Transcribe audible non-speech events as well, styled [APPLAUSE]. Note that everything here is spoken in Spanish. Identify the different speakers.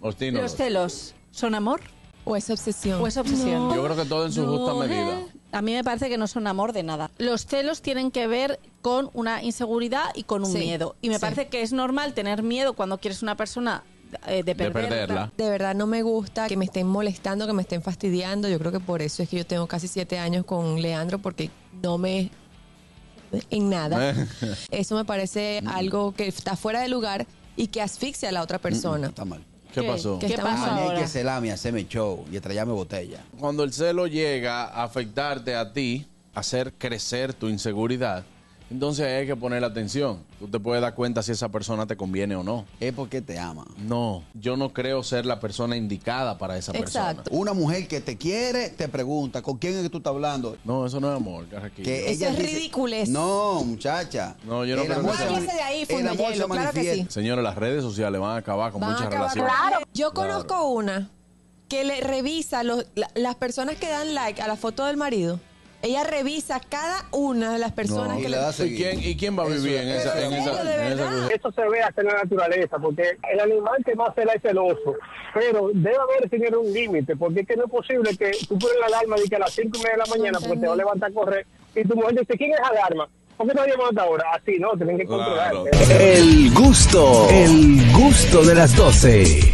Speaker 1: Ostino.
Speaker 2: ¿Los celos son amor
Speaker 3: ¿O es obsesión?
Speaker 2: o es obsesión?
Speaker 1: Yo creo que todo en su justa medida.
Speaker 2: eh, A mí me parece que no son amor de nada. Los celos tienen que ver con una inseguridad y con un
Speaker 3: Sí,
Speaker 2: miedo. Y me
Speaker 3: sí.
Speaker 2: parece que es normal tener miedo cuando quieres una persona eh, de
Speaker 1: De
Speaker 2: perderla.
Speaker 1: perderla.
Speaker 3: De verdad no me gusta que me estén molestando, que me estén fastidiando. Yo creo que por eso es que yo tengo casi siete años con Leandro, porque no me... En nada.
Speaker 1: [LAUGHS]
Speaker 3: Eso me parece
Speaker 1: Mm.
Speaker 3: algo que está fuera de lugar y que asfixia a la otra
Speaker 1: Mm,
Speaker 3: persona.
Speaker 4: Está mal.
Speaker 1: ¿Qué
Speaker 2: ¿Qué?
Speaker 1: pasó?
Speaker 3: ¿Qué
Speaker 2: ¿Qué
Speaker 3: estamos
Speaker 2: pasa
Speaker 4: A mí hay
Speaker 2: ahora?
Speaker 4: que celarme, hacerme show y estrellarme botella.
Speaker 1: Cuando el celo llega a afectarte a ti, a hacer crecer tu inseguridad, entonces hay que poner atención. Tú te puedes dar cuenta si esa persona te conviene o no.
Speaker 4: Es porque te ama.
Speaker 1: No, yo no creo ser la persona indicada para esa
Speaker 3: Exacto.
Speaker 1: persona.
Speaker 4: Una mujer que te quiere te pregunta con quién es que tú estás hablando.
Speaker 1: No, eso no es amor, Carraquillo.
Speaker 4: Que
Speaker 3: Eso
Speaker 4: ella
Speaker 3: es
Speaker 4: dice-
Speaker 3: ridículez.
Speaker 4: No, muchacha.
Speaker 1: No, yo no
Speaker 4: El
Speaker 1: creo
Speaker 4: amor
Speaker 1: que
Speaker 4: se
Speaker 1: sea-
Speaker 4: mani-
Speaker 3: Sáquese de ahí,
Speaker 4: el
Speaker 3: Funda
Speaker 4: amor se
Speaker 3: Hielo, claro que sí.
Speaker 4: manifiesta.
Speaker 1: Señores, las redes sociales van a acabar con
Speaker 3: Van a
Speaker 1: muchas
Speaker 3: acabar con
Speaker 1: relaciones.
Speaker 3: la gente. Yo
Speaker 1: Claro.
Speaker 3: conozco una que le revisa los- la- las personas que dan like a la foto del marido. Ella revisa cada una de las personas
Speaker 1: No.
Speaker 4: Y
Speaker 3: que
Speaker 4: le
Speaker 3: le
Speaker 4: da
Speaker 1: ¿Y
Speaker 4: seguir.
Speaker 1: quién, ¿Y quién va a
Speaker 4: Eso
Speaker 1: vivir
Speaker 4: es-
Speaker 1: en
Speaker 4: eso
Speaker 1: esa,
Speaker 4: es
Speaker 1: en
Speaker 4: amor.
Speaker 1: esa,
Speaker 3: Pero de
Speaker 1: en esa
Speaker 3: verdad.
Speaker 1: cosa?
Speaker 5: Eso se ve hasta en la naturaleza, porque el animal que más será es celoso. Pero debe haber tener un límite, porque es que no es posible que tú pones la alarma de que a las 5 y media de la mañana, porque te va a levantar a correr, y tu mujer dice, ¿quién es la alarma? ¿Por qué te va a llamar ahora? Así, ¿no? Tienen que
Speaker 1: Claro.
Speaker 5: controlar.
Speaker 6: El gusto, el gusto de las 12.